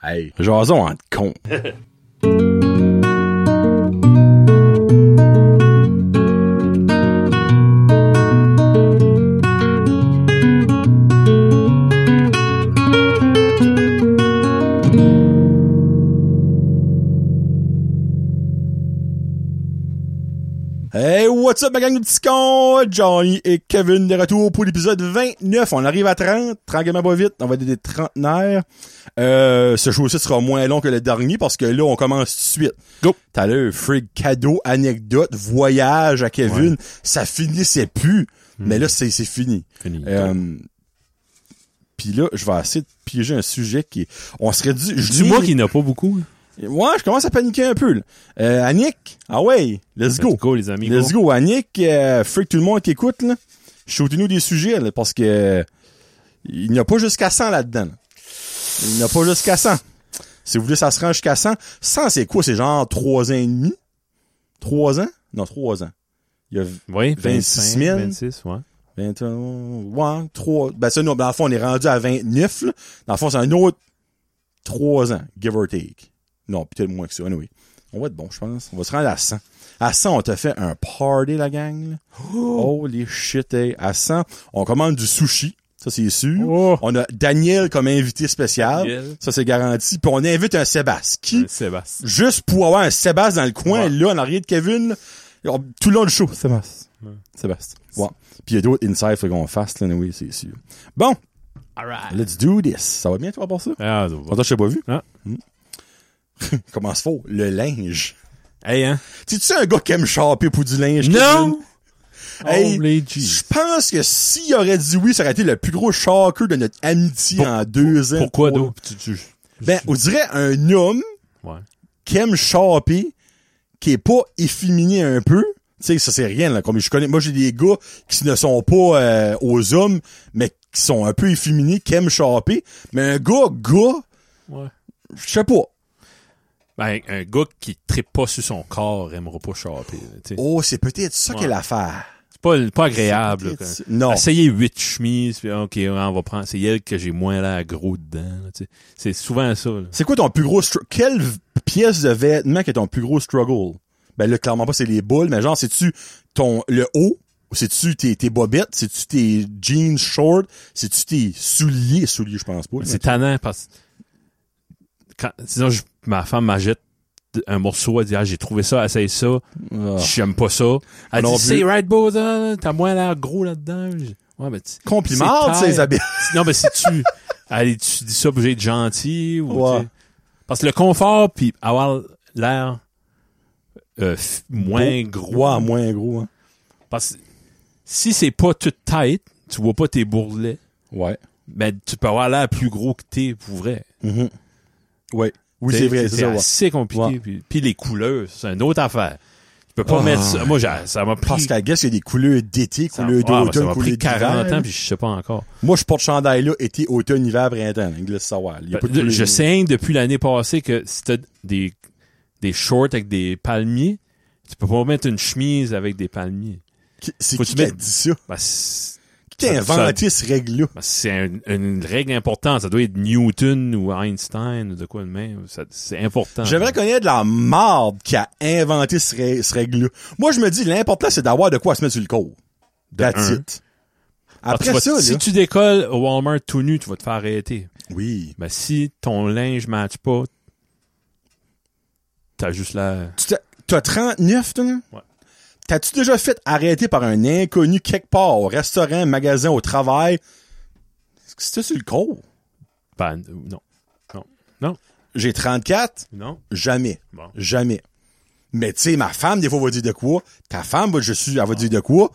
Hey, jason en con. Hey, what's up, ma gang de petits cons? Johnny et Kevin de retour pour l'épisode 29. On arrive à 30, tranquillement pas vite. On va être des trentenaires. Euh, ce show-ci sera moins long que le dernier parce que là, on commence tout de suite. Go. T'as là, frig cadeau, anecdote, voyage à Kevin. Ça finissait plus. Mais là, c'est c'est fini. Fini. Euh, Puis là, je vais essayer de piéger un sujet qui est... On serait dû... je Dis-moi dis- qu'il n'y en a pas beaucoup. hein. Ouais, je commence à paniquer un peu. là. Euh, Annick, ah ouais, let's go. Let's go, les amis. Let's go, Annick, euh, freak tout le monde qui écoute, là. Shootez-nous des sujets, là, parce que euh, il n'y a pas jusqu'à 100 là-dedans. là. Il n'y a pas jusqu'à 100. Si vous voulez, ça se rend jusqu'à 100. 100, c'est quoi? C'est genre 3 ans et demi? 3 ans? Non, 3 ans. Il y a Oui, 26 26 000. 26, ouais. 21, ouais, 3, ben ça, non, dans le fond, on est rendu à 29, là. Dans le fond, c'est un autre 3 ans, give or take. Non, peut-être moins que ça, anyway. On va être bon, je pense. On va se rendre à 100. À 100, on te fait un party, la gang, là. Oh! Holy shit, hey. À 100, on commande du sushi. Ça, c'est sûr. Oh. On a Daniel comme invité spécial. Daniel. Ça, c'est garanti. Puis on invite un Sébastien. Euh, Sébastien. Juste pour avoir un Sébastien dans le coin, Ouais. là, en arrière de Kevin, là. Alors, tout le long du show, Sébastien. Sébastien. Ouais. Puis il y a d'autres insights faut qu'on fasse, là, oui, c'est sûr. Bon, Alright. let's do this. Ça va bien, toi, pour ça? Ah, ça va. Attends, je t'ai pas vu. Ah. Hmm. Comment se faut? Le linge. Hey, hein? T'es-tu un gars qui aime choper pour du linge? Kevin? Hey, Holy Je jeez. pense que s'il aurait dit oui, ça aurait été le plus gros choqueur de notre amitié en deux ans. Pourquoi trois- donc? Tu, tu... Ben, on dirait un homme Ouais. qui aime choper, qui est pas efféminé un peu. Tu sais, ça c'est rien, là. Comme je connais, moi j'ai des gars qui ne sont pas euh, aux hommes, mais qui sont un peu efféminés, qui aiment choper. Mais un gars, gars, Ouais. je sais pas. Ben, un gars qui trippe pas sur son corps aimera pas choper. là, tu sais. Oh, c'est peut-être ça qu'est l'affaire. C'est pas, pas agréable. Ah, là, C'est- quand- non. Essayez huit chemises, puis ah, OK, on va prendre... C'est elle que j'ai moins l'air gros dedans. là, tu sais. C'est souvent ça. là. C'est quoi ton plus gros str- Quelle v- pièce de vêtement qui est ton plus gros struggle? Ben là, clairement pas, c'est les boules, mais genre, c'est-tu ton, le haut? Ou c'est-tu tes, tes bobettes? C'est-tu tes jeans shorts? C'est-tu tes souliers? Souliers, je pense pas. C'est tannant parce quand, sinon je- ma femme m'achète un morceau, elle dit ah, j'ai trouvé ça, essaye ça, Ah. j'aime pas ça. Elle Non dit plus. c'est right beau ça, t'as moins l'air gros là-dedans. Je- Ouais, mais tu- Compliment, tu c'est sais, clair. Isabelle. Non mais si tu allez tu dis ça pour être gentil ou Ouais. tu sais. parce que le confort puis avoir l'air euh, f- moins gros Ouais, moins gros, hein. parce que si c'est pas toute tête, tu vois pas tes bourrelets, Ouais. ben tu peux avoir l'air plus gros que t'es pour vrai. Ouais. Oui, T'sais, c'est vrai, c'est C'est ça, ouais. assez compliqué. Ouais. Puis, puis les couleurs, c'est une autre affaire. Tu peux pas Ah. mettre ça. Moi, j'ai- ça m'a pris... Parce qu'à guess, il y a des couleurs d'été, ça- couleurs ah, d'automne, ça m'a couleurs pris d'hiver. 40 ans, puis je sais pas encore. Moi, je porte chandail là, été, automne, hiver, printemps. là. Laisse savoir. Il y a pas de couleur. Ben, je saigne depuis l'année passée que si t'as des, des shorts avec des palmiers, tu peux pas mettre une chemise avec des palmiers. Qui- C'est Faut qui que qui tu a mettes- dit ça? Ben, c'est Qui a Ça- ça- inventé ce règle-là? ben, c'est un- une règle importante. Ça doit être Newton ou Einstein ou de quoi de même. Ça- C'est important. J'aimerais connaître la marde qui a inventé ce, ré- ce règle-là. Moi, je me dis, l'important, c'est d'avoir de quoi se mettre sur le corps. That's un. it. Alors, tu Après vas- ça, Si là. tu décolles au Walmart tout nu, tu vas te faire arrêter. Oui. Ben, si ton linge match pas, t'as juste la... Tu t'as- T'as 39, toi, là? Ouais. T'as-tu déjà fait arrêter par un inconnu quelque part, au restaurant, magasin, au travail? Est-ce que C'était sur le corps. Ben, euh, non. Non. J'ai 34, Non? jamais. Bon. Jamais. Mais tu sais, ma femme, des fois, va dire de quoi. Ta femme, je suis, elle va dire de quoi.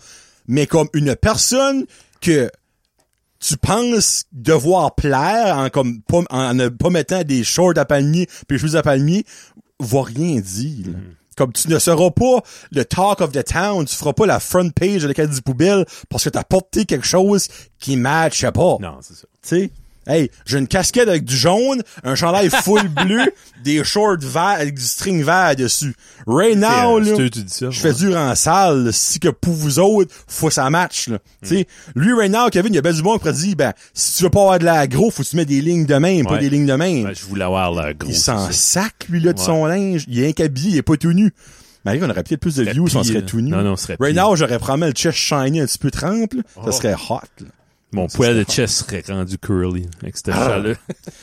Mais comme une personne que tu penses devoir plaire en comme pas- en ne pas mettant des shorts à palmier puis des choses à palmier, va rien dire. là. Mm-hmm. Comme tu ne seras pas le talk of the town, tu feras pas la front page de la case du poubelle parce que t'as porté quelque chose qui matche pas. Non, c'est ça. Tu sais, Hey, j'ai une casquette avec du jaune, un chandail full bleu, des shorts verts avec du string vert dessus. Right now, euh, là, c'est eux, tu dis ça. Ah, je fais dur en salle, là, si que pour vous autres, faut ça match, Mm. là. Tu sais, lui, right now, Kevin, il a bien du bon qui dit, ben, si tu veux pas avoir de l'agro, faut que tu mettes des lignes de main, pas Ouais. des lignes de main. Ouais, Ben, je voulais avoir le gros. il c'est s'en ça. sac, lui, là, de Ouais. son linge. Il est incabillé, il est pas tout nu. Malgré qu'on aurait peut-être plus de Serait views si on pire. serait tout nu. Non, non, on serait Right pire. now, j'aurais probablement le chest shiny un petit peu trempe, là. Ça Oh. serait hot, là. Mon poil de chest serait rendu curly avec Ah. cette chaleur.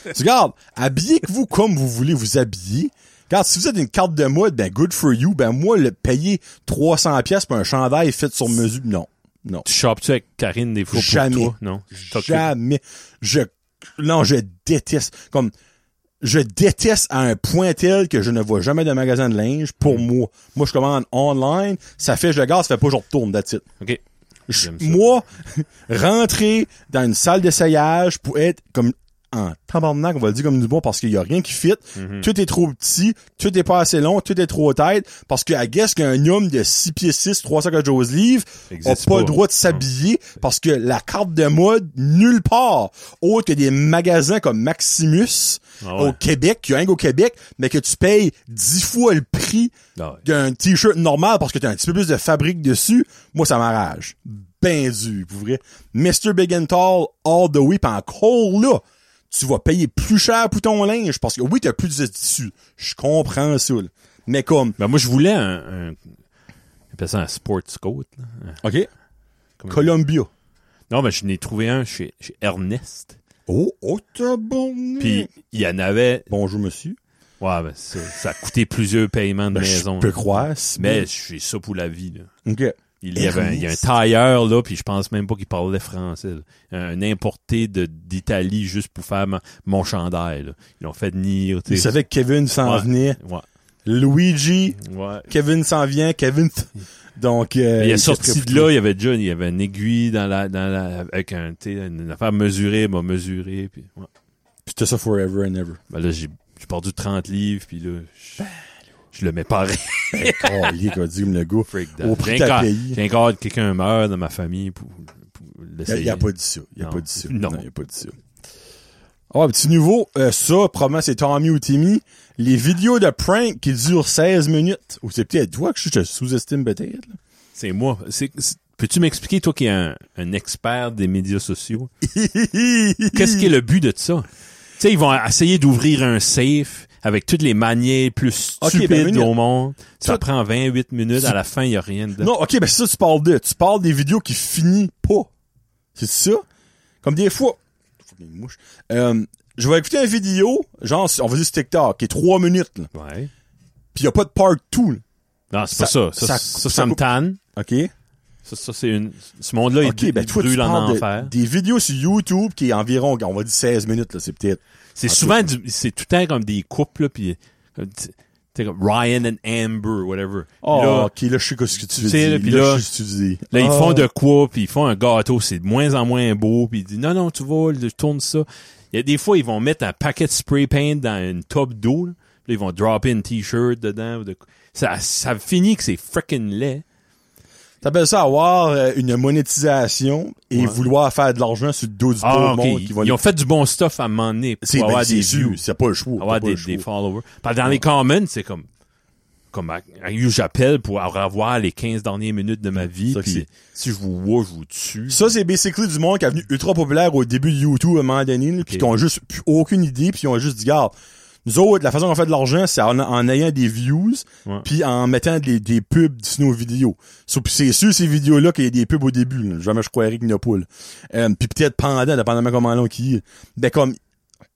Tu regardes, habillez-vous comme vous voulez vous habiller. Regarde, si vous êtes une carte de mode, ben good for you. Ben moi, le payer 300 pièces pour un chandail fait sur mesure, non. Non. Tu chopes-tu avec Karine des fois Jamais. pour toi? Non. T'occupes. Jamais. Je, non, je déteste. Comme, je déteste à un point tel que je ne vois jamais de magasin de linge pour moi. Moi, je commande online, ça fait, je le garde, ça fait pas, je retourne, that's it. OK. Je- J'aime ça. moi, rentrer dans une salle d'essayage pour être comme en tabarnak, on va le dire comme du bon, parce qu'il y a rien qui fit. Mhm. Tout est trop petit, tout est pas assez long, tout est trop tête, parce que, I guess qu'un homme de 6 pieds 6, 340 livres, a Existe pas le pas. droit de s'habiller, parce que la carte de mode, nulle part, autre que des magasins comme Maximus, Ah ouais. au Québec, qu'il y a un au Québec, mais que tu payes 10 fois le prix Ah ouais. d'un t-shirt normal parce que t'as un petit peu plus de fabrique dessus, moi ça m'arrache. Ben du, pour vrai. Mr. Big and Tall, all the way, pis encore là, tu vas payer plus cher pour ton linge parce que oui, t'as plus de tissu. Je comprends ça, là. Mais comme, Ben, moi, je voulais un, un, on appelle ça un sports coat, là. Un- OK, comment- Columbia. Non, mais je n'ai trouvé un chez, chez Ernest. Oh, oh, t'as bon. Puis, il y en avait, Bonjour, monsieur. ouais, ben, ça, ça a coûté plusieurs paiements de Ben, je maison. Ben, peux là. croire. si- Mais, j'ai ça pour la vie, là. OK. Il y avait un, il y a un Ernest. tailleur, là, puis je pense même pas qu'il parlait français. là. Un importé de- d'Italie juste pour faire ma- mon chandail. Là. Ils l'ont fait venir. tu Tu sais. savais que Kevin s'en Ouais. venait. Ouais. Luigi, ouais. Kevin s'en vient, Kevin... Donc, euh, Mais il est était sorti très- de là, il y avait John, il y avait une aiguille dans la, dans la avec un, tu sais, une affaire mesurée, il m'a mesuré. Puis, ouais. C'était ça forever and ever. ben là, j'ai j'ai perdu 30 livres, puis là, je, Ben, je le mets par Oh, lié, quoi, dis-moi le gars. breakdown. Au prix J'ai que t'as encore- payé. j'ai encore que quelqu'un meurt dans ma famille pour, pour Il a, l'essayer. il a pas dit ça. Il a Non. pas dit ça. Non. il a pas dit ça. Ah, petit nouveau, euh, ça, probablement c'est Tommy ou Timmy. Les vidéos de prank qui durent 16 minutes. Ou c'est peut-être toi que je te sous-estime peut-être. là. C'est moi. C'est- c'est- Peux-tu m'expliquer, toi qui es un, un expert des médias sociaux, qu'est-ce qui est le but de ça? Tu sais, ils vont essayer d'ouvrir un safe avec toutes les manières plus Ok, stupides ben, minute. au monde. Ça Ça- prend 28 minutes. Tu- À la fin, il n'y a rien dedans. Non, ok, ben ça, tu parles de. Tu parles des vidéos qui finissent pas. C'est ça? Comme des fois. Fucking mouche. Euh, je vais écouter une vidéo, genre, on va dire sur TikTok, qui est 3 minutes, là. Ouais. Pis y a pas de part 2, là. Non, c'est pas ça. Ça, ça- ça, ça ça, me coupe- tanne. OK? Ça, ça, c'est une, ce monde-là, il- OK, il, ben toi, tu brûle en parles de- enfer. des vidéos sur YouTube qui est environ, on va dire 16 minutes, là, c'est peut-être. C'est en souvent du- c'est tout le temps comme des couples, là, puis comme, tu- tu sais, comme Ryan and Amber, whatever. Oh, Puis là, OK, là, je sais que ce que tu veux Ah. Tu sais, dire. là, puis là, là, je sais ce que tu dis. Là, ils Ah. font de quoi, puis ils font un gâteau, c'est de moins en moins beau, puis ils disent, non, non, tu vois, je tourne ça. Il y a des fois, ils vont mettre un paquet de spray paint dans une top d'eau, là, Puis ils vont dropper une t-shirt dedans. ou de quoi. Ça, ça finit que c'est freaking laid. T'appelles ça avoir euh, une monétisation et Ouais. vouloir faire de l'argent sur le dos du Ah, beau ok. monde qui va Ils ont fait du bon stuff à un moment donné pour c'est ben, avoir c'est des sûr, views, c'est pas le choix. avoir t'as pas des, le choix. des followers. Parce que dans les comments, c'est comme, comme à- à you, j'appelle pour avoir les 15 dernières minutes de ma vie, Ça que puis c'est- si je vous vois, je vous tue. Ça, c'est basically du monde qui est venu ultra populaire au début de YouTube à un moment donné, là, puis Ok. qui ont juste plus aucune idée, puis ils ont juste dit, garde, nous autres, la façon qu'on fait de l'argent, c'est en, en ayant des views, Ouais. puis en mettant des, des pubs sur nos vidéos. So, puis c'est sûr, ces vidéos-là, qu'il y a des pubs au début. là. Jamais je croirais qu'il n'y en a pas. là. Euh, puis peut-être pendant, dépendamment comment long qui est. Ben comme,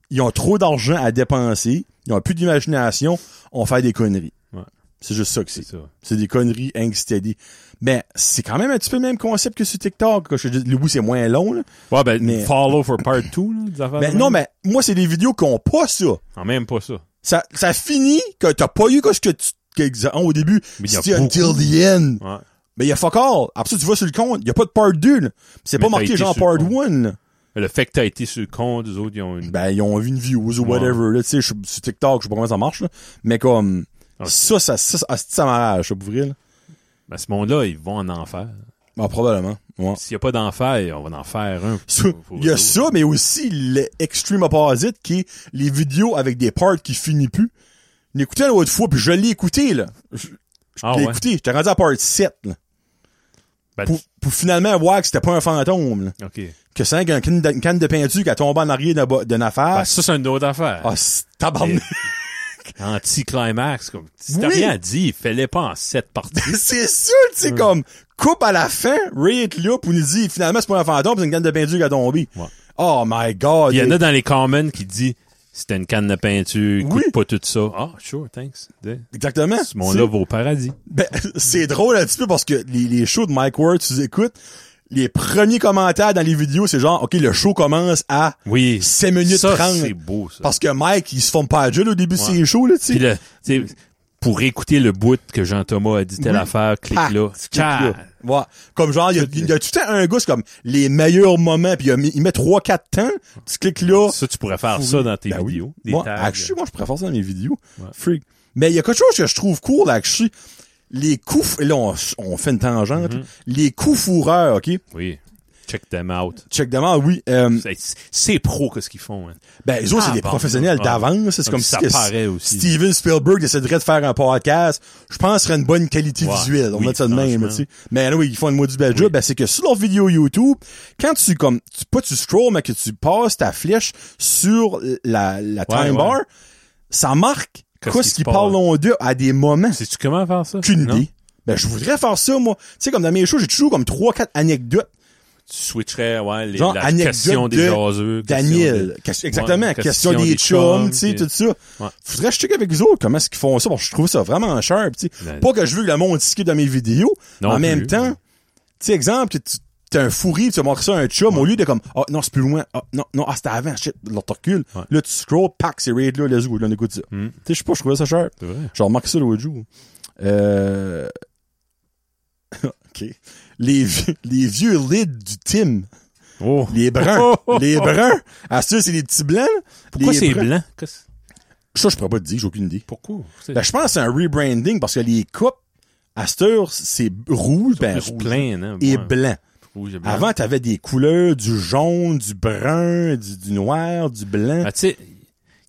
ils ont trop d'argent à dépenser, ils ont plus d'imagination, on fait des conneries. Ouais. C'est juste ça que c'est. C'est ça. C'est des conneries Angsteady. Ben, c'est quand même un petit peu le même concept que sur TikTok. Quoi. Je te dis, le bout, c'est moins long. Là. Ouais, ben, Mais- follow for part 2, des affaires Mais de non, même. mais moi, c'est des vidéos qui ont pas ça. Ah, même pas ça. Ça, ça finit que t'as pas eu quoi, ce que tu que- au début. Mais il y a C'était beaucoup. until the end. Ouais. Mais il y a fuck all. Après ça, tu vas sur le compte. Il y a pas de part 2. là. C'est Mais pas t'as marqué été genre sur le part compte. 1. Le fait que t'as été sur le compte, les autres, ils ont une... Ben, ils ont vu une views ou Ouais. whatever. Là, tu sais, je suis sur TikTok, je sais pas comment ça marche. Là. Mais comme, Ah. ça, ça, ça, ça, ça, ça m'arrache, ça, pour vrai, là. Ben, ce monde-là, ils vont en enfer. Ah, probablement. Ouais. S'il n'y a pas d'en faire, on va en faire un. Ça, Pour- pour Il y a eux ça, mais aussi l'extreme opposite qui est les vidéos avec des parts qui finissent plus. J'écoutais l'autre fois, puis je l'ai écouté, là. Je, je Ah l'ai ouais? écouté, j'étais rendu à part 7, là. Ben, Pour, pour finalement voir que c'était pas un fantôme, là. OK. Que c'est un canne de, une canne de peinture qui a tombé en arrière d'un bo- d'une Ben, affaire. ça, c'est une autre affaire. Ah, c'est tabarnak. Anti-climax. Comme, si t'as Ah. Oui. rien dit, il fallait pas en sept parties. c'est sûr, tu sais, comme, coupe à la fin, Ray est là, pour nous dire, finalement, c'est pas un fantôme, c'est une canne de peinture qui a tombé. Ouais. Oh my god. Il y en les- a dans les comments qui dit c'était une canne de peinture, Oui. Ah, coûte pas tout ça. Ah, sure, thanks. De- Exactement. Ce monde Tu là sais, va au paradis. Ben, c'est drôle un petit peu parce que les, les shows de Mike Ward, tu les écoutes, les premiers commentaires dans les vidéos, c'est genre, OK, le show commence à Oui. 7 minutes ça, 30. c'est beau, ça. Parce que Mike, il se forme pas à gueule au début de ses shows, là, tu Puis sais. le, tu sais, pour écouter le bout que Jean-Thomas a dit telle Oui. affaire, clique Pac, là. tu cliques Car- Ah, là. Ouais. Comme genre, il y a, il y a tout le temps un gars, c'est comme les meilleurs moments, puis il, a mis- il met 3-4 temps, tu cliques là. Ça, tu pourrais faire ça dans tes Ben oui. vidéos. des Moi, tags. actually, moi, je préfère ça dans mes vidéos. Ouais. Freak. Mais il y a quelque chose que je trouve cool, là, actually. Les coups, là, on, on fait une tangente. Mm-hmm. Les coups fourreurs, OK? Oui. Check them out. Check demain, oui. euh, C'est- C'est pro que ce qu'ils font. hein. Ben, les autres, Ah, c'est des bon, professionnels ah. d'avance. C'est Donc, comme ça si que paraît aussi. Steven Spielberg déciderait de faire un podcast. Je pense que ce serait une bonne qualité Ouais, visuelle. On oui, met ça de même, franchement. tu sais. Mais oui, ils font une mot du bel job. Ben, c'est que sur leur vidéo YouTube, quand tu, comme, tu, pas tu scrolls, mais que tu passes ta flèche sur la, la Ouais, time ouais. bar, ça marque Qu'est-ce quoi qui ce se qu'ils passe? parlent d'eux à des moments. Sais-tu comment faire ça? Aucune Non? idée. Ben, je voudrais faire ça, moi. Tu sais, comme dans mes shows, j'ai toujours comme trois, quatre anecdotes. Tu switcherais, ouais, les, Genre, la anecdote question des de jaseux. question Daniel, de- question- exactement, Ouais, question, des, chums, tu sais, tout puis- ça. Ouais. Faudrait que je check avec vous autres comment est-ce qu'ils font ça. Bon, je trouve ça vraiment cher. tu sais. Ben- pas que je veux que le monde skip dans mes vidéos. Non en plus, même temps, ouais. tu sais, exemple, tu- t'es un fourri, tu montres ça à un chum, au lieu de comme, ah, non, c'est plus loin, ah, non, non, ah, c'était avant, shit, l'autorcule. Ouais. Là, tu scrolls, pack, c'est raid, là, let's go, là, on écoute ça. Mm. Tu sais, je sais pas, je trouvais ça cher. C'est vrai. J'ai remarqué ça l'autre jour. Euh, ok. Les, vi- les vieux lids du Tim. Oh. Les bruns. les bruns. Ah, ça, c'est les petits blancs. là. Pourquoi Les c'est bruns. blanc? Qu'est-ce- Ça, je pourrais pas te dire, j'ai aucune idée. Pourquoi? C'est Ben, je pense que c'est un rebranding parce que les coupes, à cette heure, c'est rouge, ben, plus rouge plein, hein? et ouais. blanc. Rouge et blanc. Avant, t'avais des couleurs du jaune, du brun, du, du noir, du blanc. Ah, tu sais,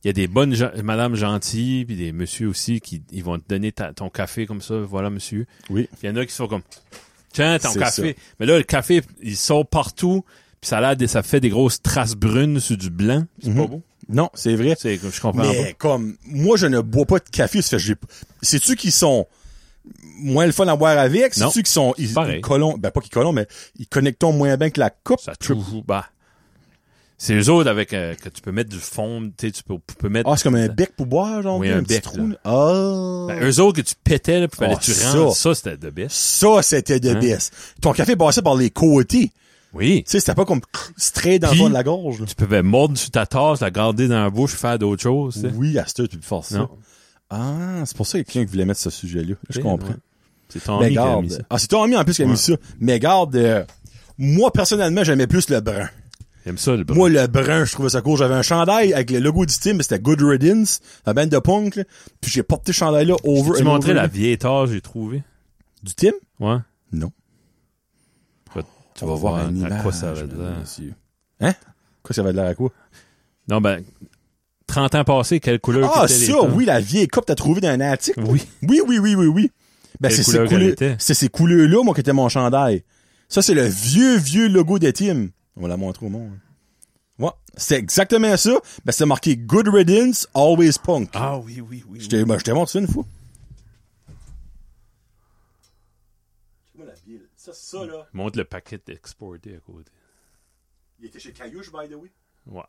il y a des bonnes gen- madame gentilles, puis des messieurs aussi, qui ils vont te donner ta- ton café comme ça, voilà, monsieur. Oui. Puis il y en a qui sont comme, tiens, ton C'est café. Mais là, le café, il sort partout, puis ça, a l'air des- ça fait des grosses traces brunes sur du blanc. C'est pas beau. Non, c'est vrai. C'est, je comprends Mhm. Mais comme, moi, je ne bois pas de café. ça fait que j'ai- C'est-tu qui sont moins le fun à boire avec? Non. C'est-tu qui sont, ils, Pareil. ils collons, ben pas qu'ils collons, mais ils connectons moins bien que la coupe? pas. Ça trouve, bah. C'est eux autres avec, euh, que tu peux mettre du fond, tu sais, tu peux, tu peux mettre. Ah, c'est comme un bec pour boire, genre, Oui, là, un petit bec, trou. là. Ah. Ben, eux autres que tu pétais, là, puis fallait Ah, que tu ça. rentres. Ça, c'était de best. Ça, c'était de Hein? baisse. Ton café passait par les côtés. Oui. Tu sais, c'était pas comme straight dans Puis- le fond de la gorge. là. Tu pouvais mordre sur ta tasse, la garder dans la bouche, faire d'autres choses, tu sais. Oui, à cette heure, tu peux faire ça. Non. Ah, c'est pour ça qu'il y a quelqu'un qui voulait mettre ce sujet-là. Je Ouais, comprends. ouais. C'est ton Mais ami qui a mis ça. garde. Ah, c'est ton ami en plus qui a mis Ouais. ça. Mais garde, euh, moi, personnellement, j'aimais plus le brun. J'aime ça, le brun. Moi, le brun, je trouvais ça cool. J'avais un chandail avec le logo du team, mais c'était Good Riddance, la bande de punk, là. Puis j'ai porté ce chandail-là over tu and montrais over la again. vieille tasse que j'ai trouvée? Du team? Ouais. Non. Tu vas- tu On vas va voir une à quoi ça image, va de mesdames, l'air. messieurs. Hein? Quoi ça va de l'air à quoi? Non, ben, 30 ans passés, quelle couleur Ah, qu'étaient les ça, tases? oui, la vieille coupe t'as trouvé dans un attic. Oui. Oui, oui, oui, oui, oui. Ben, Quelle c'est ces couleur qu'elle couleurs, était? c'est ces couleurs-là, moi, qui était mon chandail. Ça, c'est le vieux, vieux logo des teams. On va la montrer au monde. Ouais. C'est exactement ça. Ben, c'est marqué Good Riddance, Always Punk. Ah, oui, oui, oui. Je t'ai, ben, je t'ai montré ça une fois. Ça, ça, là, Montre le paquet exporté à côté. il était chez Caillouche, by the way. Ouais.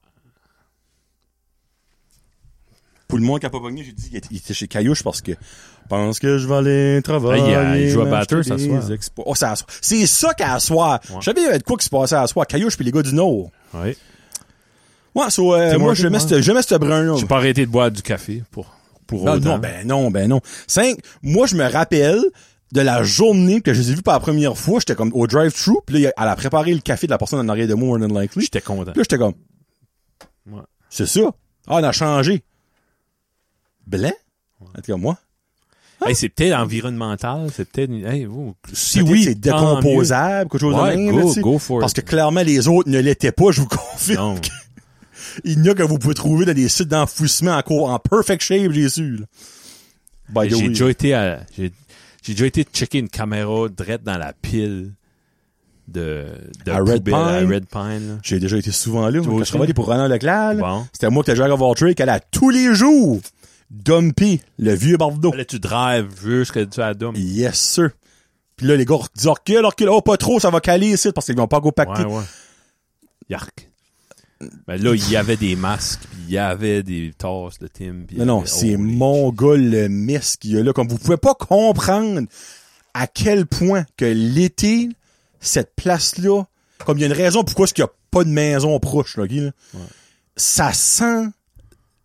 Pour le monde qui a pas pogné, j'ai dit qu'il était- il était chez Caillouche parce que pense que je vais aller travailler. Ah, il a- il joue à m'acheter batteur, ça des soir. expo- Oh, ça soir. C'est ça qu'à soir. Je savais qu'il y avait de quoi qui se passait à soir. Caillouche puis les gars du Nord. Ouais. Ouais, so, euh, Tim moi, Hortons, je mets ouais. ce, je mets ce brun-là. J'ai pas arrêté de boire du café pour, pour Non, autant. non, ben non, ben non. Cinq, moi, je me rappelle de la journée que je les ai vus pour la première fois. J'étais comme au drive-thru, puis là, il a- elle a préparé le café de la personne en arrière de moi, more than likely. J'étais content. Puis là, j'étais comme, Ouais. c'est ça? Ah, on a changé. Blanc? En tout cas, moi. Hey, c'est peut-être environnemental, c'est peut-être... une- hey, vous, si Peut-être oui, c'est tant décomposable, quelque chose Ouais, de même. go- là, tu sais. go for it. Parce que clairement, les autres ne l'étaient pas, je vous mieux. confirme. Non. Il n'y a que vous pouvez trouver dans des sites d'enfouissement en, cours- en perfect shape, j'ai su. là. By the J'ai way. déjà été à- j'ai, j'ai déjà été checker une caméra drette dans la pile de, de À Red poubelle à Pine? Red Pine, là. J'ai déjà été souvent là. Moi, quand aussi? je travaillais pour Ronan Leclerc. là, Bon. C'était moi que Jack of all trades, qu'elle a tous les jours. Dumpy, le vieux bardo. Là, tu drives jusqu'à tu à Dom. Yes, sir. Puis là, les gars disent recule, recule. Oh, pas trop, ça va caler ici parce qu'ils vont pas go pacter. Ouais, ouais. Yark. Mais là, il y avait des masques, puis il y avait des tasses de Tim. puis il y Non, non, avait- c'est oh, mon gars le miss qu'il y a là. Comme vous pouvez pas comprendre à quel point que l'été, cette place-là, comme il y a une raison pourquoi est-ce qu'il y a pas de maison proche, là, Guy, là. ça sent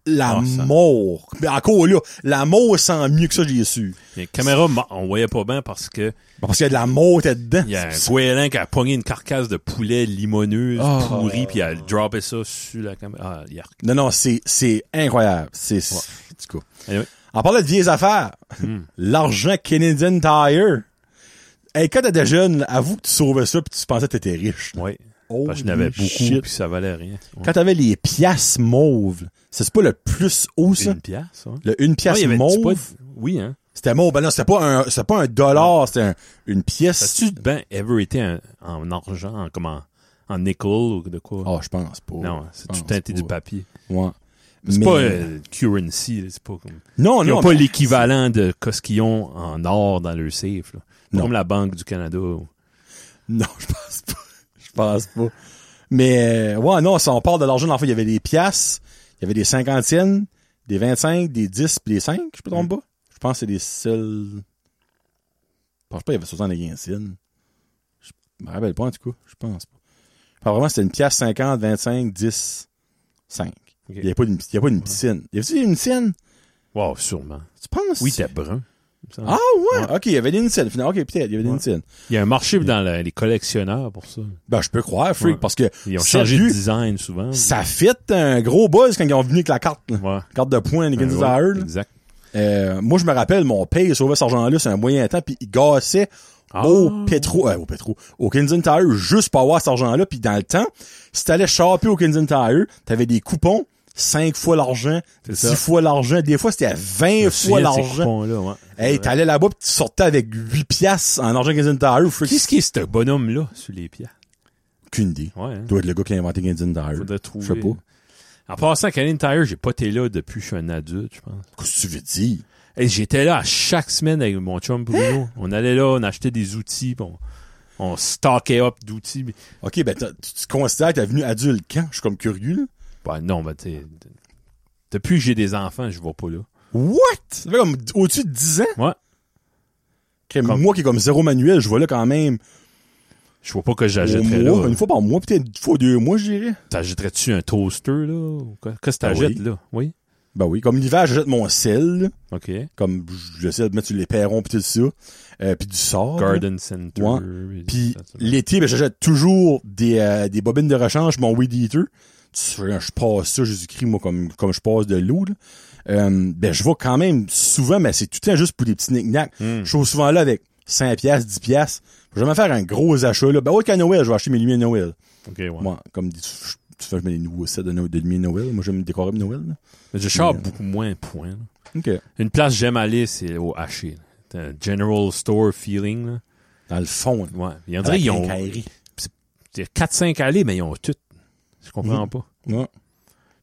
la Ah, ça- mort. Mais encore là, la mort sent mieux que ça, j'ai su. Les caméras, m- on voyait pas bien parce que Parce qu'il y a de la mort là-dedans. il y a un goéland qui a pogné une carcasse de poulet limoneuse, Ah. pourrie, puis il a droppé ça sur la caméra. Ah, yark. Non, non, c'est, c'est incroyable. C'est, c'est- en tout cas. Anyway. En parlant de vieilles affaires, Hmm. l'argent Canadian Tire. Hey, quand t'étais jeune, là, avoue que tu sauvais ça puis tu pensais que t'étais riche. là. Ouais. Holy Parce que je n'avais beaucoup, shit. puis ça valait rien. Ouais. Quand t'avais les pièces mauves, là, c'est pas le plus haut, ça? Une pièce, ouais. Le une pièce Ouais, il y avait- mauve, c'est pas- Oui, hein. c'était mauve. Ben non, c'était pas un, c'était pas un dollar, c'était un- une tas pièce. tu ben ever été en, en argent, en comment, en nickel ou de quoi? Ah, je pense pas. non, c'est Je tout pense teinté pas. du papier. Ouais. C'est Mais- pas euh, currency, là, c'est pas comme... Non, Ils non. n'ont pas mais- l'équivalent de ce qu'ils ont en or dans leur safe. là. Pas Non. Comme la Banque du Canada. Non, je pense pas. Je pense pas. Mais euh, ouais, non, si on parle de l'argent, dans le fond, il y avait des piastres, il y avait des cinquantiennes, des 25, des 10 puis des 5, je me Mm. trompe pas. Je pense que c'est les seuls. Je pense pas qu'il y avait 75 cents. Je me rappelle pas en tout cas, je pense pas. Enfin, vraiment, c'était une pièce 50, 25, 10, 5. Il n'y avait pas d'une il y avait pas une piscine. Il Y avait-tu une piscine? Wow, sûrement. Tu penses? Oui, t'es brun. il me semble. Ah ouais? OK, il y avait une piscine. Finalement, OK, peut-être, il y avait une piscine. Il y a un marché dans la- les collectionneurs pour ça. Ben, je peux croire, freak, Ouais. parce que... Ils ont sérieux, changé de design souvent. ça fit un gros buzz quand ils ont venu avec la carte. là. Ouais. Carte de points, les Ouais, Guns ouais, N' Roses, là. Exact. Euh, moi, je me rappelle, mon père, il sauvait cet argent-là, c'est un moyen temps, puis il gassait Ah. au pétro, euh, au pétro, au Kenzen Tire, juste pour avoir cet argent-là, puis dans le temps, si t'allais choper au Kenzen Tire, t'avais des coupons, 5 fois l'argent, 10 ça. fois l'argent, des fois c'était à 20 fois l'argent. là ouais. Hey, t'allais là-bas pis tu sortais avec 8 piastres en argent Kenzen Tire, freak. Qu'est-ce qui est ce bonhomme-là sur les pieds? Aucune idée. Ouais. hein. Doit être le gars qui a inventé Kenzen Tire. Faudrait Je trouver. sais pas. En passant, Canadian Tire, j'ai pas été là depuis que je suis un adulte, je pense. Qu'est-ce que tu veux dire? Et j'étais là à chaque semaine avec mon chum Hein? Bruno. On allait là, on achetait des outils, puis on, on stockait up d'outils. mais- OK, ben, t'as- tu tu considères que t'es venu adulte quand? Je suis comme curieux, là. Bah non, mais tu sais, de- depuis que j'ai des enfants, je vais pas là. What? Ça fait comme d- au-dessus de 10 ans? Ouais. Crème, Comme- Moi qui est comme zéro manuel, je vois là quand même Je vois pas que au j'achèterais mois, là. une fois par mois, peut-être une fois deux mois, je dirais. T'achèterais-tu un toaster, là? ou quoi? Qu'est-ce que Ah oui. t'achètes, là? Oui? Ben oui, comme l'hiver, j'achète mon sel, là. OK. comme je- j'essaie de mettre sur les perrons pis tout ça, euh, pis du sort. Garden Center. Puis Ça, ça- l'été, ben, j'achète toujours des, euh, des bobines de rechange, mon Weed Eater. Tu sais, quand je passe ça, Jésus-Christ, moi, comme, comme je passe de l'eau, là. Euh, ben, je vais quand même souvent, mais c'est tout le temps juste pour des petits knick-knacks. Hmm. Je suis souvent là avec 5 piastres, 10 piastres. Je vais me faire un gros achat, là. Ben, ouais, qu'à Noël, je vais acheter mes lumières de Noël. OK, ouais. Moi, comme des- je- tu fais, je mets des nouveaux sets de, no- de lumières de Noël. Moi, j'aime me décorer de Noël, là. Mais je charge beaucoup moins point. là. OK. Une place que j'aime aller, c'est au haché. là. C'est un General Store feeling, là. Dans le fond, là. Ouais. Il y en dirait, ils ont Avec il y a 4-5 allées, mais ils ont toutes. Je comprends pas. un Kairi. Ouais.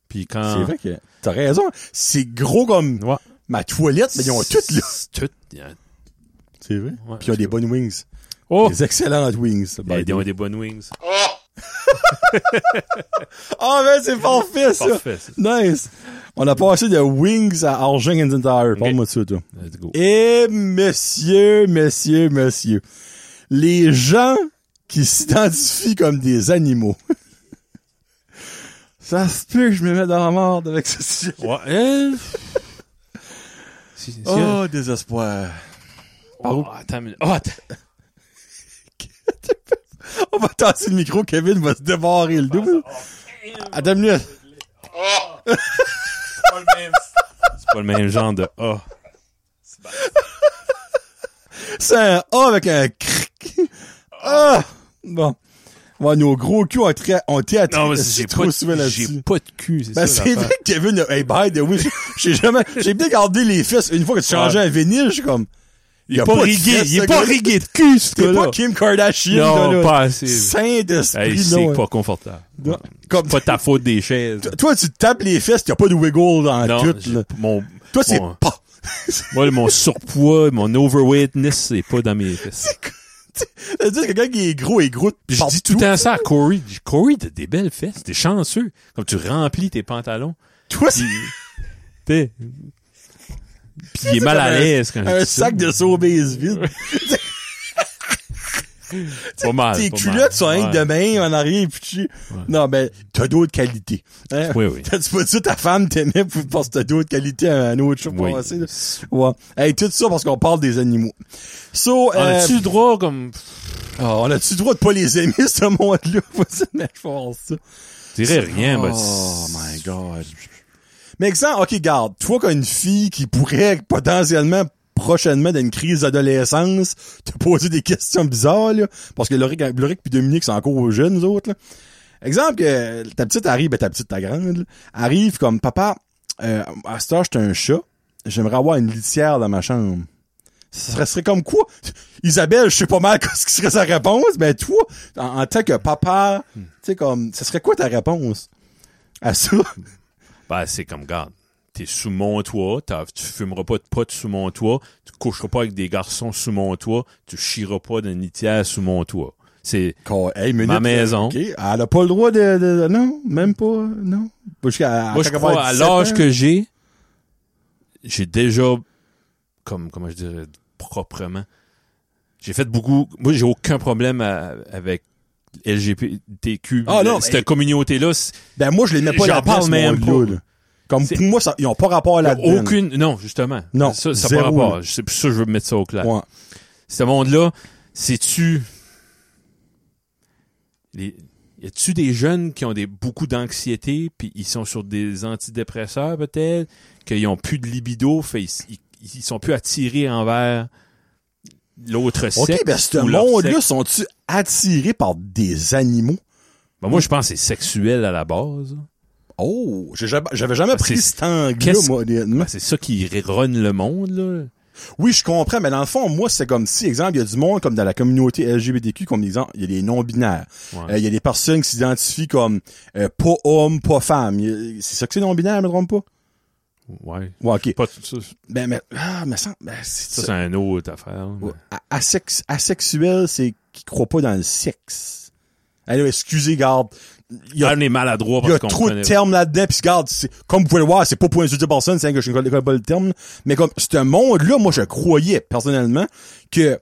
Puis Mhm. C'est quand... vrai que t'as raison. C'est gros comme Ah. Ouais. ma toilette, mais ils ont toutes, là. C'est Toutes. il y a- C'est vrai. Ouais, Puis ils ont des bonnes wings. Oh! Des excellentes wings. Il y a- Ils ont des bonnes wings. Ah, ben, c'est parfait, ça. Parfait, ça. Nice. On a passé de wings à Argent and Tire. Parle-moi de ça, toi. Eh, Let's go. Et, messieurs, messieurs, messieurs, les gens qui s'identifient comme des animaux. ça se peut que je me mette dans la merde avec ce sujet. Ouais. euh, si- si- Oh, désespoir. oh, attends, une minute. Oh, attends. On va tasser le micro, Kevin va se débarrer le double. Attends une minute. C'est pas le même genre de ah. C'est un A avec un cric. Ah! Bon. Ouais, nos gros culs ont été, ont été Non, mais attirés j'ai trop pas, souvent de- là-dessus. j'ai pas de cul, c'est Ben, ça. c'est l'affaire. vrai que Kevin, a- hey, by the way, j'ai- j'ai jamais, j'ai bien gardé les fesses. Une fois que tu changeais Ouais. un vinyle, je suis comme, il a pas de rigué, fesses, il ce est pas gars-là. rigué de cul, ce T'es gars-là. pas Kim Kardashian, Non, là, là. pas assez. Saint d'esprit, Hey, non, c'est hein. pas confortable. Non. Comme, C'est pas ta faute des chaises. toi, tu te tapes les fesses, t'as pas de wiggle dans Non, tout, j'ai- là. mon, Toi, c'est mon- pas. moi, mon surpoids, mon overweightness, c'est pas dans mes fesses. Tu dis que quelqu'un qui est gros est gros. Puis je dis tout le temps ça à Corey. Je dis, Corey, t'as des belles fesses, t'es chanceux. Comme tu remplis tes pantalons. Toi, c'est Puis, t'es- puis il est mal à comme un- l'aise quand je un dis ça. sac de sobeys vide. Pas mal. Tes Ah, pas culottes mal. sont rien que de Ouais. main en arrière, puis tu... Non, ben, t'as d'autres qualités. Hein? Oui, oui. T'as- Tu peux dire ta femme t'aimait pour- parce que t'as d'autres qualités à un autre chose Oui. passer, là. Ouais. Hey, tout ça parce qu'on parle des animaux. So, On euh, a-tu le droit comme... Ah, on a-tu le droit de pas les aimer, ce monde-là? Vas-y, mais je pense ça. Je dirais rien, mais... Oh my God. Mais exemple, OK, garde. Toi, qui as une fille qui pourrait potentiellement prochainement dans une crise d'adolescence te poser des questions bizarres, là, parce que Loric, Loric puis Dominique sont encore jeunes, eux autres. Là. Exemple, que ta petite arrive, ben ta petite, ta grande, là, arrive comme, « Papa, euh, à cette heure, j'étais un chat. J'aimerais avoir une litière dans ma chambre. » Ça serait, serait comme quoi? Isabelle, je sais pas mal ce qui serait sa réponse, mais toi, en, en tant que papa, tu sais, comme, ce serait quoi ta réponse à ça? Ben, c'est comme, garde, t'es sous mon toit, t'as- tu fumeras pas de potes sous mon toit, tu coucheras pas avec des garçons sous mon toit, tu chieras pas d'une litière sous mon toit. C'est Qu'on- hey, minute, ma maison. OK. Elle a pas le droit de, de- non, même pas, non. Jusqu'à, Moi, je qu'elle crois, va avoir à 17 l'âge ans. que j'ai, j'ai déjà, comme, comment je dirais, proprement, j'ai fait beaucoup, moi, j'ai aucun problème à- avec LGBTQ. Ah, non, Cette mais- communauté-là, c'est- Ben, moi, je les mets pas J'en là-dedans, parle ce même monde-là, pas. là. Comme, C'est- pour moi, ça, ils ont pas rapport là-dedans. aucune, non, justement. Non, Ça, ça zéro, par là. rapport. Je- C'est pour ça que je veux mettre ça au clair. Ouais. ce monde-là, c'est-tu. Les... Y a-tu des jeunes qui ont des, beaucoup d'anxiété, puis ils sont sur des antidépresseurs peut-être, qu'ils ont plus de libido, fait ils, ils- ils sont plus attirés envers l'autre sexe. OK, ben, ce ou leur monde-là, sexe. sont-tu attirés par des animaux? Ben, moi, je pense que c'est sexuel à la base. Oh, j'ai jamais- j'avais jamais pris Ah, c'est- cet angle-là, qu'est-ce- moi, honnêtement. Ben, c'est ça qui rerronne le monde, là. Oui, je comprends, mais dans le fond, moi, c'est comme si, exemple, il y a du monde, comme dans la communauté LGBTQ, comme exemple, il y a les non-binaires. Euh, Il Ouais. y a des personnes qui s'identifient comme euh, pas homme, pas femme. Il y a- C'est ça que c'est non-binaire, je me trompe pas? ouais. Ouais, OK. Pas tout ça, Ben, mais, ah, mais ça, ben, c'est ça, c'est une autre affaire. là, mais- Ouais. A- asex- asexuel, c'est qui croit pas dans le sexe. Allez, excusez, garde. Il y a, Ah, on est maladroit il y parce a qu'on trop de connaît- termes là-dedans, puis garde, c'est- comme vous pouvez le voir, c'est pas pour insulter personne, c'est que je ne connais pas le terme, là. mais comme, c'est un monde-là, moi, je croyais, personnellement, que,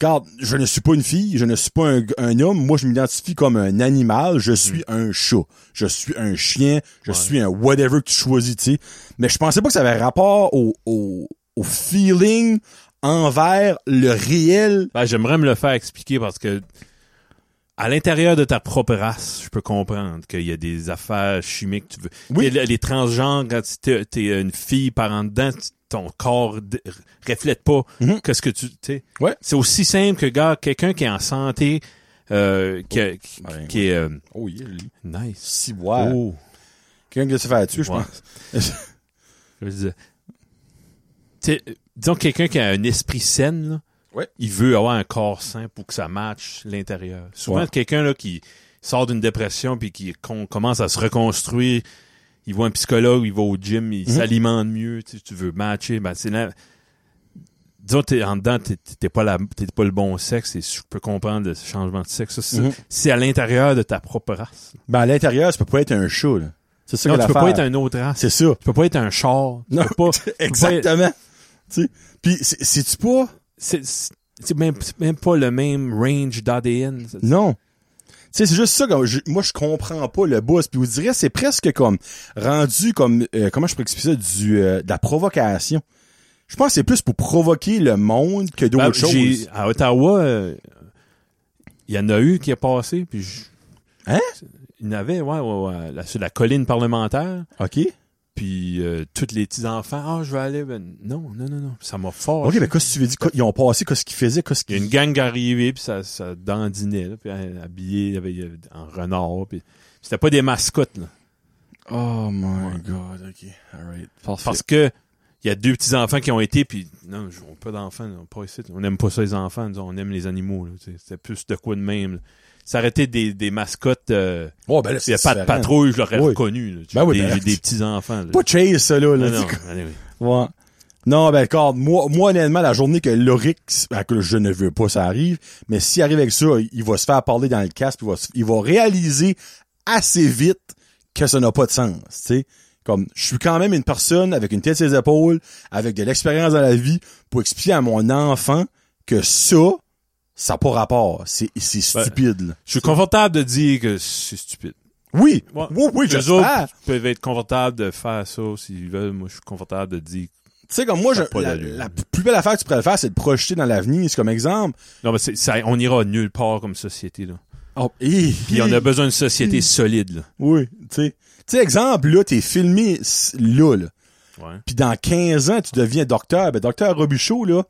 garde, je ne suis pas une fille, je ne suis pas un, g- un homme, moi, je m'identifie comme un animal, je suis Mm. un chat, je suis un chien, je suis un whatever que tu choisis, tu sais. Mais je pensais pas que ça avait rapport au, au, au feeling envers le réel Ben, j'aimerais me le faire expliquer parce que à l'intérieur de ta propre race, je peux comprendre qu'il y a des affaires chimiques. Tu veux. Oui. Et le- les transgenres, quand tu- t'es, t'es une fille par en dedans, tu- ton corps d- reflète pas Mhm. qu'est-ce que tu. tu sais. Ouais. C'est aussi simple que gars, quelqu'un qui est en santé, euh, qui, a- qui, Ouais, qui est euh, Oh, il est lui. nice. Ciboire. Oh. Quelqu'un qui veut se faire tuer, je Ouais. pense. Je veux dire, t'sais, euh, disons quelqu'un qui a un esprit sain, là, Ouais. il veut avoir un corps sain pour que ça matche l'intérieur. Souvent, Ouais. quelqu'un là qui sort d'une dépression puis qui con- commence à se reconstruire, il voit un psychologue, il va au gym, il Mhm. s'alimente mieux, tu sais, tu veux matcher, ben c'est là. Disons, t'es en dedans, t'es- t'es pas, la- t'es pas le bon sexe, et je peux comprendre le changement de sexe. Ça, c'est- Mhm. C'est à l'intérieur de ta propre race. Ben, à l'intérieur, ça peut pas être un chat, là. C'est ça Non, que tu peux l'affaire. pas être un autre race. C'est ça. Tu peux pas être un char. Tu Non, peux pas- tu peux pas- Exactement. Tu sais. Puis, c'est- c'est-tu pas? c'est c'est- c'est même, c'est même pas le même range d'ADN. Non. Tu sais, c'est juste ça, comme, je- moi, je comprends pas le boss. Puis, vous direz, c'est presque comme, rendu comme, euh, comment je pourrais expliquer ça, du, euh, de la provocation. Je pense que c'est plus pour provoquer le monde que d'autres Ben, j'ai- choses. À Ottawa, euh, il y en a eu qui est passé, puis je- Hein? Il y en avait, ouais, ouais, ouais, là, sur la colline parlementaire. OK? Puis euh, tous les petits-enfants, ah, je vais aller. Ben, non, non, non, non. Ça m'a fort. OK, mais qu'est-ce que tu veux dire? Ils ont passé, qu'est-ce qu'ils faisaient? Qu'est-ce Il y a qu'ils... une gang arrivée, puis ça, ça dandinait, là, puis euh, habillé avec, euh, en renard. Puis... C'était pas des mascottes, là. Oh my God, OK. All right. Parfait. Parce que il y a deux petits enfants qui ont été, puis non, je vois pas d'enfants, là, pas ici. On aime pas ça les enfants, nous, on aime les animaux. là, tu sais. C'était plus de quoi de même. là. S'arrêter des, des mascottes, euh, Oh, ben là, il y c'est a pas de différent. patrouille, je l'aurais Oui. reconnu. là. Tu Ben sais, oui, des, ben- des petits enfants. là. Pas chase, ça, là. là. Non, non, allez, oui. Ouais. Non, ben, regarde, moi, moi, honnêtement, la journée que l'Orix, ben, que je ne veux pas, ça arrive, mais s'il arrive avec ça, il va se faire parler dans le casque, puis il va, se- il va réaliser assez vite que ça n'a pas de sens, tu sais. Comme, je suis quand même une personne avec une tête sur les épaules, avec de l'expérience dans la vie, pour expliquer à mon enfant que ça, ça n'a pas rapport. C'est, c'est Ben, stupide, là. Je suis confortable de dire que c'est stupide. Oui! Ouais. Oui, oui, Les j'espère! autres peuvent être confortables de faire ça s'ils veulent. Moi, je suis confortable de dire. Tu sais, comme moi, je, Ça a pas la, d'allure. la plus belle affaire que tu pourrais faire, c'est de projeter dans l'avenir. C'est comme exemple. Non, mais c'est- ça, on ira nulle part comme société. Là. Oh, hi, Puis on hi. a besoin d'une Hmm. société solide. Là. Oui, tu sais. Tu sais, exemple, là, t'es filmé s- là, là. Ouais. Puis dans 15 ans, tu deviens docteur. Ben, docteur Robichaud, là,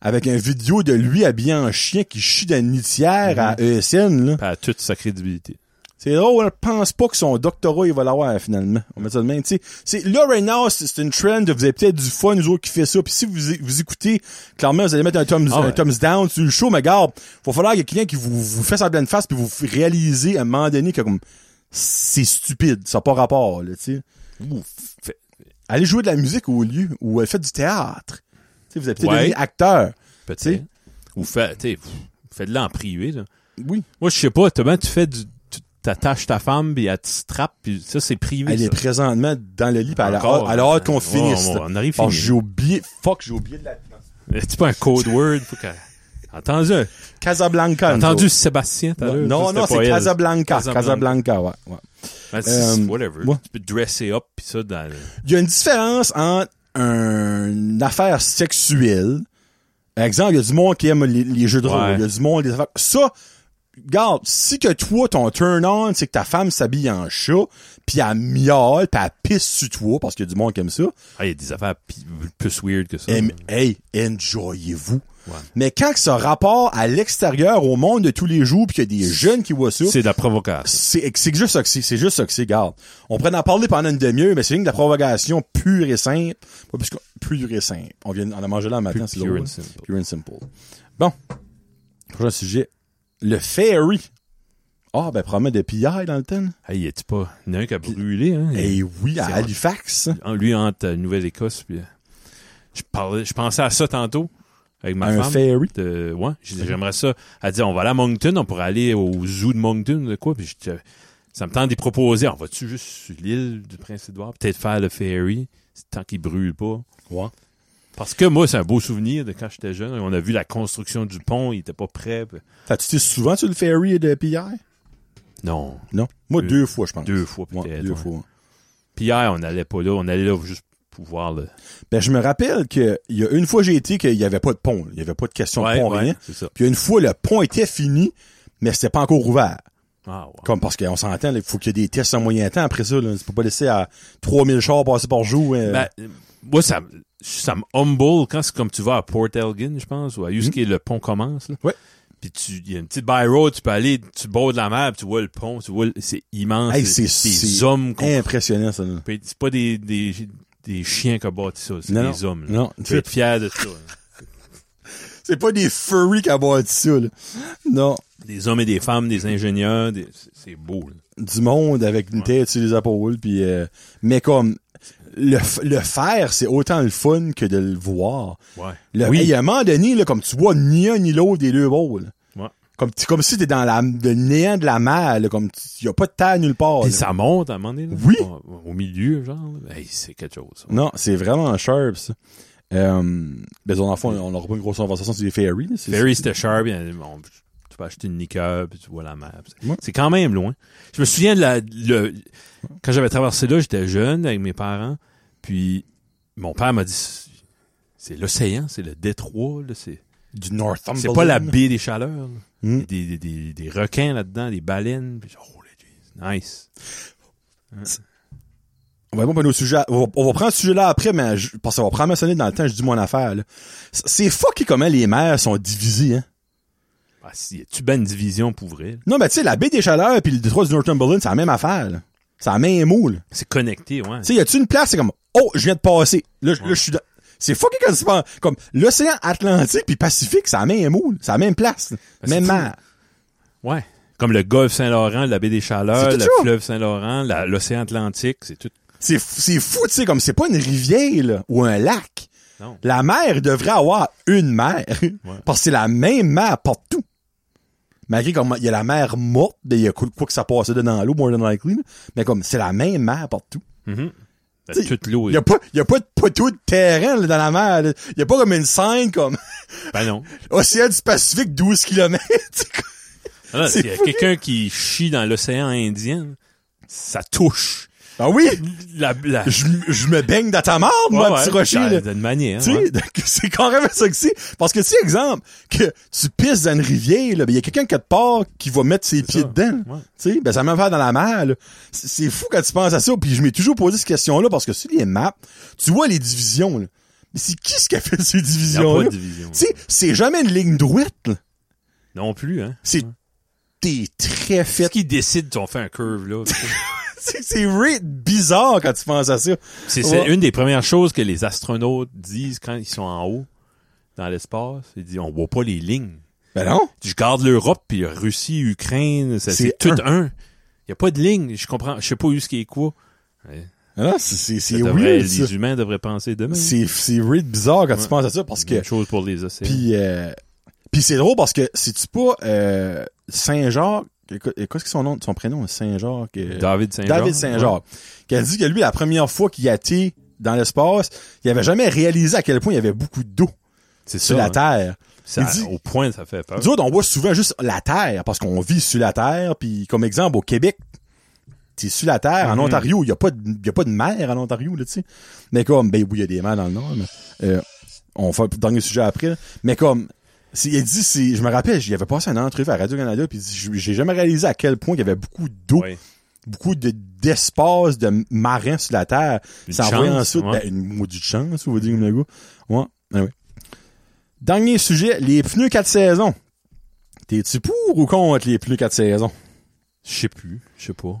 avec une vidéo de lui habillé en chien qui chie dans une litière Mhm. à ESN, là. Puis à toute sa crédibilité. C'est drôle, on pense pas que son doctorat, il va l'avoir, finalement. On met ça de même, tu sais. C'est, là, right now, c'est c'est une trend, vous avez peut-être du fun, nous autres, qui fait ça. Puis si vous, vous écoutez, clairement, vous allez mettre un thumbs, Ah ouais. un thumbs down sur le show, mais garde, faut falloir qu'il y ait quelqu'un qui vous, vous fasse en pleine face, puis vous réalisez à un moment donné que, comme, c'est stupide, ça n'a pas rapport, là, tu sais. Fait- Allez jouer de la musique au lieu, ou euh, faites du théâtre. Tu sais, vous avez peut-être Ouais. devenu acteur. Peut-être. Ou fait, tu sais, pff, fais-le en privé, là. Oui. Moi, je sais pas, comment tu fais du, tu t'attaches ta femme puis elle te strappe puis ça, c'est privé. Elle ça. est présentement dans le lit, puis elle a Encore. hâte- elle a hâte qu'on Ouais, finisse. ouais, là. on arrive Oh, fini. j'ai oublié, fuck, j'ai oublié de la... C'est pas un code word. Faut qu'elle- Entendu, Casablanca. nous entendu autres. Sébastien, t'as l'air. Non, Ça, non, c'était c'est pas elle. Casablanca. Casablanca. Casablanca, ouais, ouais. Ben, c'est- Euh, whatever. ouais. Tu peux te dresser up puis ça dans le- Il y a une différence entre un- une affaire sexuelle. Exemple, il y a du monde qui aime les, les jeux de rôle. Ouais. Il y a du monde, les affaires. Ça, regarde, si que toi, ton turn-on, c'est que ta femme s'habille en chat, puis elle miaule, puis elle pisse sur toi, parce qu'il y a du monde qui aime ça, Ah, il y a des affaires pi- plus weird que ça. Aime- hey, enjoyez-vous. Ouais. Mais quand que ça rapport à l'extérieur, au monde de tous les jours, puis qu'il y a des jeunes qui voient ça, C'est de la provocation. c'est c'est juste ça que c'est. C'est juste ça que c'est, garde. On pourrait en parler pendant une demi-heure, mais c'est une de la provocation pure et simple. Pas plus que- pure et simple. On vient, on a mangé là un matin, c'est Pure drôle. and simple. Pure and simple. Bon. Prochain sujet. Le ferry. Ah, ben, probablement de PI dans le temps. Hey, y a-tu pas? Il y en a un qui a brûlé, hein? Eh oui, à C'est Halifax. en- lui entre euh, Nouvelle-Écosse puis euh, je parlais je pensais à ça tantôt avec ma Un femme ferry. de- ouais j'ai dit, j'aimerais ça elle dit on va aller à Moncton on pourrait aller au zoo de Moncton de quoi puis je- euh, ça me tente d'y proposer on va-tu juste sur l'île du Prince-Édouard peut-être faire le ferry tant qu'il brûle pas Ouais. parce que moi c'est un beau souvenir de quand j'étais jeune on a vu la construction du pont il était pas prêt puis- T'as-tu été souvent sur le ferry de PI? non Non. Moi, Deux- deux fois, je pense. deux fois peut-être Ouais, deux ouais. fois. puis hier on n'allait pas là on allait là juste pour voir le Ben, je me rappelle que, il y a une fois j'ai été qu'il y avait pas de pont. Il y avait pas de question de Ouais, pont, ouais, rien. c'est ça Puis une fois, le pont était fini, mais c'était pas encore ouvert. ah, ouais. Comme parce qu'on s'entend, là, il faut qu'il y ait des tests en moyen temps après ça. Là. Tu peux pas laisser à 3000 chars passer par jour. euh. Ben, euh, moi, ça, me- ça me humble quand c'est comme tu vas à Port Elgin, je pense, ou à Husky, le pont commence. Là. Hmm. Ouais. Puis tu, il y a une petite by road, tu peux aller, tu bordes la mer, puis tu vois le pont, tu vois, le- c'est immense. Hey, c'est c'est- des c'est hommes qu'on Impressionnant, ça. là. peut être- C'est pas des, des, des chiens qui ont bâti ça, c'est Non, des hommes. Là. non. Tu peux être fier de ça. là. C'est pas des furries qui abattent ça. Là. Non. Des hommes et des femmes, des ingénieurs, des- c'est- c'est beau. là. Du monde avec une tête sur les épaules. Puis, euh, mais comme, le, f- le faire, c'est autant le fun que de le voir. Ouais. Le, oui, Hey, Il y a un moment donné, là, comme tu vois ni un ni l'autre des deux bords. là. Ouais. Comme, tu- comme si t'es dans la, le néant de la mer. Là, comme tu- y a pas de terre nulle part. Puis là. ça monte à un moment donné. là. Oui. Au, au milieu, genre. là. Hey, c'est quelque chose. ça. Non, c'est vraiment sharp, ça. Euh, ben, dans le fond, on n'aura pas une grosse conversation sur les fairies. là, c'est- Ferry, c'était cher, puis, euh, bon, tu peux acheter une liqueur, puis tu vois la mer. puis c'est- Ouais. C'est quand même loin. Je me souviens de la, le- quand j'avais traversé là, j'étais jeune avec mes parents, puis mon père m'a dit, c'est c'est l'océan, c'est le détroit, là, c'est Du Northumberland. c'est pas la baie des chaleurs. là. Il y Hmm. a Des, des, des, des requins là-dedans, des baleines, puis j'ai- oh, les dieux, nice. On va répondre au sujet. On va, on va prendre ce sujet-là après, mais je, parce qu'on va prendre mentionner dans le temps, je dis mon affaire. là. C- C'est fucké comment les mères sont divisées. Hein. Ah, si, y a-tu ben une division pour vrai? là? Non, mais tu sais, la baie des Chaleurs puis le détroit du Northumberland, c'est la même affaire. là. C'est la même moule. C'est connecté, ouais. Tu sais, y a-tu une place, c'est comme, oh, je viens de passer. Là, je- là, je suis dans- C'est fucké quand tu penses. Comme, l'océan Atlantique puis Pacifique, c'est la même moule. C'est la même place. là. Ben, Même c'est mer. Ouais. Comme le golfe Saint-Laurent, la baie des Chaleurs, C'est tout le ça. fleuve Saint-Laurent, la- l'océan Atlantique, c'est tout. C'est f- c'est fou, tu sais, comme c'est pas une rivière là, ou un lac. Non. La mer devrait avoir une mer. Parce que c'est la même mer partout. Malgré comme il y a la mer morte, il y a quoi quoi que ça passe dedans dans l'eau, more than likely. là. Mais comme c'est la même mer partout. Ben, T'sais, toute l'eau Il n'y est... a, pas- y a pas de poteau de terrain là, dans la mer. là. Il n'y a pas comme une scène comme Ben non. Océan du Pacifique 12 km. Ah, non, C'est S'il y a fou. quelqu'un qui chie dans l'océan Indien, ça touche. ah oui! La, la... Je, je me baigne dans ta mort, moi, Ouais, ouais, Ah, petit rocher. ça, là. D'une manière. Tu sais, hein, ouais. c'est carrément ça que c'est. Parce que, tu sais, exemple, que tu pisses dans une rivière, là, ben, il y a quelqu'un quelque part qui va mettre ses pieds ça. dedans. Ah, Ouais. Tu sais, ben, ça m'a fait dans la mer, là. C'est c'est fou quand tu penses à ça. Puis je m'ai toujours posé cette question-là parce que sur les maps, tu vois les divisions, là. Mais c'est qui ce qui a fait ces Il n'y a pas divisions-là? de Tu division. sais, c'est jamais une ligne droite, là. Non plus, hein. C'est des très Qu'est-ce fait. qu'ils décident on fait un curve, là? tu sais? C'est c'est really bizarre quand tu penses à ça. C'est c'est Ouais. une des premières choses que les astronautes disent quand ils sont en haut, dans l'espace. Ils disent, on voit pas les lignes. Ben non. Je garde l'Europe, puis Russie, Ukraine, ça, C'est c'est tout un. Il n'y a pas de ligne. Je comprends. Je sais pas où ce qui est quoi. Ben non, c'est- c'est Ça c'est devrait- weird, ça. les humains devraient penser demain. C'est c'est really bizarre quand tu Ouais. penses à ça parce que Même chose pour les océans. Puis, euh, puis c'est drôle parce que si tu pas euh, Saint-Jacques, écoute, qu'est-ce que son nom, son prénom, Saint-Jacques? euh, David Saint-Jacques. David Saint-Jacques. Qui a dit que lui, la première fois qu'il a été dans l'espace, il avait jamais réalisé à quel point il y avait beaucoup d'eau C'est ça. sur la hein. Terre. Ça- Il dit- Au point, ça fait peur. Nous autres, on voit souvent juste la Terre parce qu'on vit sur la Terre. Puis comme exemple, au Québec, t'es sur la Terre. En Mhm. Ontario, il y a pas de, il y a pas de mer en Ontario, là, tu sais. Mais comme, ben oui, il y a des mers dans le Nord, mais, euh, on fait le dernier sujet après. là. Mais comme, c'est- il dit, c'est, je me rappelle, j'y avais passé un entrevue à Radio-Canada, puis il dit, j- j'ai jamais réalisé à quel point il y avait beaucoup d'eau, Ouais. beaucoup de, d'espace de marins sur la Terre. Une Ça envoie chance, ensuite, ouais. ben, une maudite chance, vous dire, le gars. Ouais, anyway. Dernier sujet, les pneus 4 saisons. T'es-tu pour ou contre les pneus 4 saisons? Je sais plus. Je sais pas.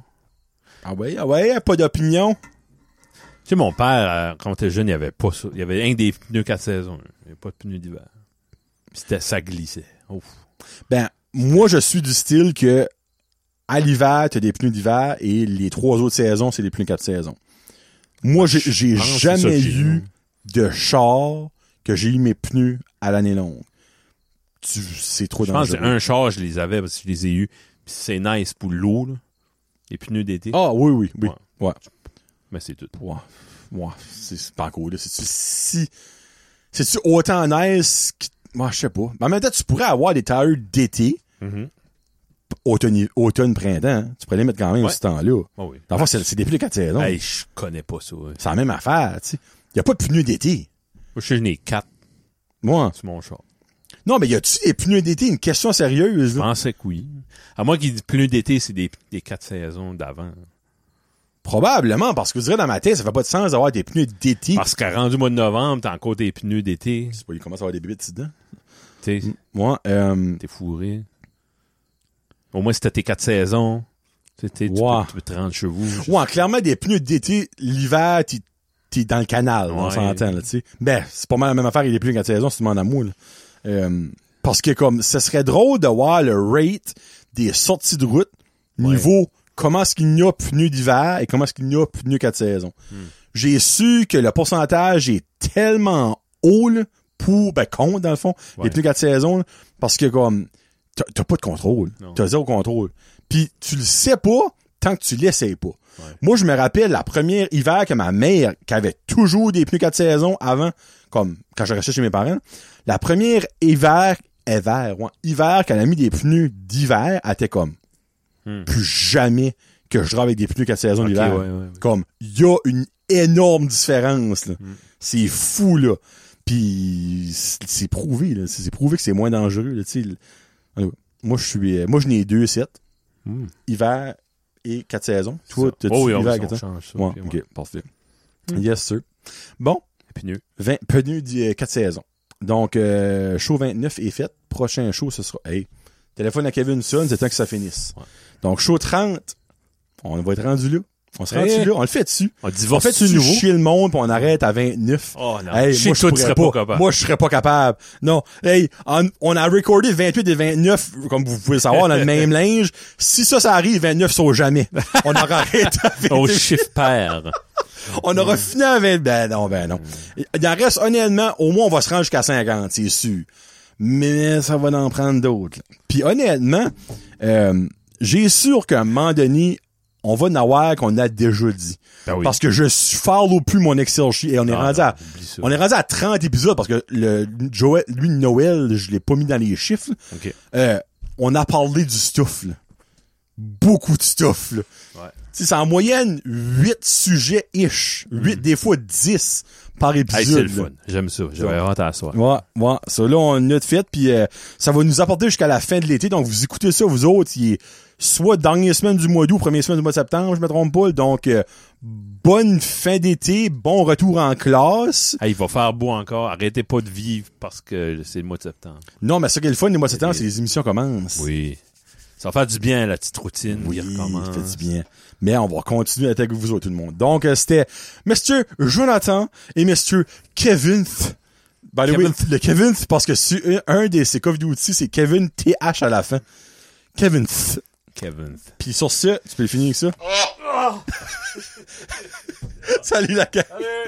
Ah ouais, ah ouais, pas d'opinion. Tu sais, mon père, euh, quand on était jeune, il y avait pas ça. Il y avait un des pneus quatre saisons. là. Il n'y avait pas de pneus d'hiver. Puis C'était, ça glissait. Ouf. Ben, moi, je suis du style que à l'hiver, t'as des pneus d'hiver et les trois autres saisons, c'est les pneus quatre saisons. Moi, j'ai, j'ai Ah, pense que c'est ça jamais chez eu nous. de char que j'ai eu mes pneus à l'année longue. Tu, c'est trop Je pense que dangereux. c'est un char, je les avais parce que je les ai eus. Puis c'est nice pour l'eau, là. Les pneus d'été. Ah oui, oui, oui. Ouais. Mais c'est tout. Ouais. Ouais. C'est, c'est pas cool. là. C'est-tu si. C'est-tu autant nice que. Moi, je sais pas. Mais en même temps, tu pourrais avoir des tailleurs d'été, Mhm. automne, automne, printemps. hein. Tu pourrais les mettre quand même Ouais. ce temps-là. Ah oui. Dans le fond, c'est, c'est des pneus quatre saisons. Hey, je connais pas ça. Moi, C'est la même affaire, tu sais. Il a pas de pneus d'été. je sais, j'en ai quatre Moi. sur mon char. Non, mais y a-tu des pneus d'été? Une question sérieuse, Je là. pensais que oui. À moi qui dit pneus d'été, c'est des, des quatre saisons d'avant. Probablement, parce que je dirais dans ma tête, ça fait pas de sens d'avoir des pneus d'été. Parce qu'à rendu mois de novembre, t'as encore des pneus d'été. C'est pas, il commence à avoir des bébés dedans. T'sais, Moi, euh, t'es fourré. Au moins, c'était tes quatre saisons. T'sais, t'sais, tu, Ouais. peux, tu peux te rendre chez vous. Je- ouais, clairement, des pneus d'été, l'hiver, t'es, t'es dans le canal, on Ouais. s'entend, là, tu sais. Ben, c'est pas mal la même affaire, il est plus quand saison, si tu demandes à moi, là. Euh, parce que, comme, ce serait drôle de voir le rate des sorties de route, niveau comment est-ce qu'il n'y a pneus d'hiver et comment est-ce qu'il n'y a pneus quatre saisons. Hmm. J'ai su que le pourcentage est tellement haut, là, pour, ben, contre, dans le fond, Ouais. les pneus quatre saisons, là, parce que, comme, t'as t'as pas de contrôle. Non. T'as zéro contrôle. Puis tu le sais pas tant que tu l'essayes pas. Moi, je me rappelle la première hiver que ma mère, qui avait toujours des pneus quatre saisons avant, comme quand je restais chez mes parents, la première hiver, hiver, ouais, hiver qu'elle a mis des pneus d'hiver, elle était comme, Hmm. plus jamais que je travaille avec des pneus quatre saisons Ok, d'hiver. ouais, ouais, ouais. Comme, il y a une énorme différence, là. Mm. C'est fou, là. Puis, c'est c'est prouvé, là. C'est c'est prouvé que c'est moins dangereux, là. Tu sais, le- Anyway, moi, je suis, euh, moi, je n'ai deux sets. Hmm. Hiver et quatre saisons. Toi, Ça. tu oh, oui, on, suivi à on quatre saisons? change ça. Ouais, puis, ouais. ok, parfait. Hmm. Yes, sir. Bon, Puis mieux. 20, Penu dit 4 saisons. Donc, euh, show 29 est fait. Prochain show, ce sera. Hey, téléphone à Kevin Sun, c'est temps que ça finisse. Ouais. Donc, show 30, on va être rendu là. On se rend Hey. là, on le fait dessus. On On divorce fait dessus, nouveau. chier le monde, puis on arrête à 29. Oh non. Hey, Chez moi, je toi, tu pourrais serais pas. pas capable. Moi, je serais pas capable. Non. Hey, en- on a recordé 28 et 29, comme vous pouvez le savoir, on a le même linge. Si ça, ça arrive, 29 sont jamais. On aura arrêté à Au 29. chiffre pair. On aura fini à 20. Ben non, ben non. Il en reste, honnêtement, au moins, on va se rendre jusqu'à 50, c'est sûr. Mais ça va en prendre d'autres. là. Puis honnêtement, euh, j'ai sûr qu'à un moment donné, on va en avoir qu'on a déjà dit. Ben oui. Parce que je suis fort au plus mon Excel sheet et on est Ah, rendu non, à oublie ça. on est rendu à 30 épisodes parce que le Joël, lui Noël, je l'ai pas mis dans les chiffres. là. OK. Euh, on a parlé du stuff là. Beaucoup de stuff là. Ouais. Tu sais, C'est en moyenne 8 sujets ish, 8 des fois 10 par épisode. Mhm. Hey, c'est le là. fun. J'aime ça. J'avais hâte à soir. Ouais, ouais. Ça, là, on a de fait, puis euh, ça va nous apporter jusqu'à la fin de l'été. Donc, vous écoutez ça, vous autres, il est soit dernière semaine du mois d'août, première semaine du mois de septembre, je me trompe pas. Donc, euh, bonne fin d'été, bon retour en classe. Hey, il va faire beau encore. Arrêtez pas de vivre parce que c'est le mois de septembre. Non, mais ça qui est le fun, les mois de septembre, c'est que les émissions commencent. Oui. Ça va faire du bien, la petite routine. Oui, il recommence. ça fait du bien. Mais on va continuer à être avec vous autres, tout le monde. Donc, euh, c'était Mr. Jonathan et Mr. Kevin. Th- By the way, Kevin. le Kevin, Th- parce que sur un- un des ses coffres d'outils, c'est Kevin TH à la fin. Kevin. Th. Kevin. Puis sur ce, tu peux finir avec ça. Salut la gang. Allez!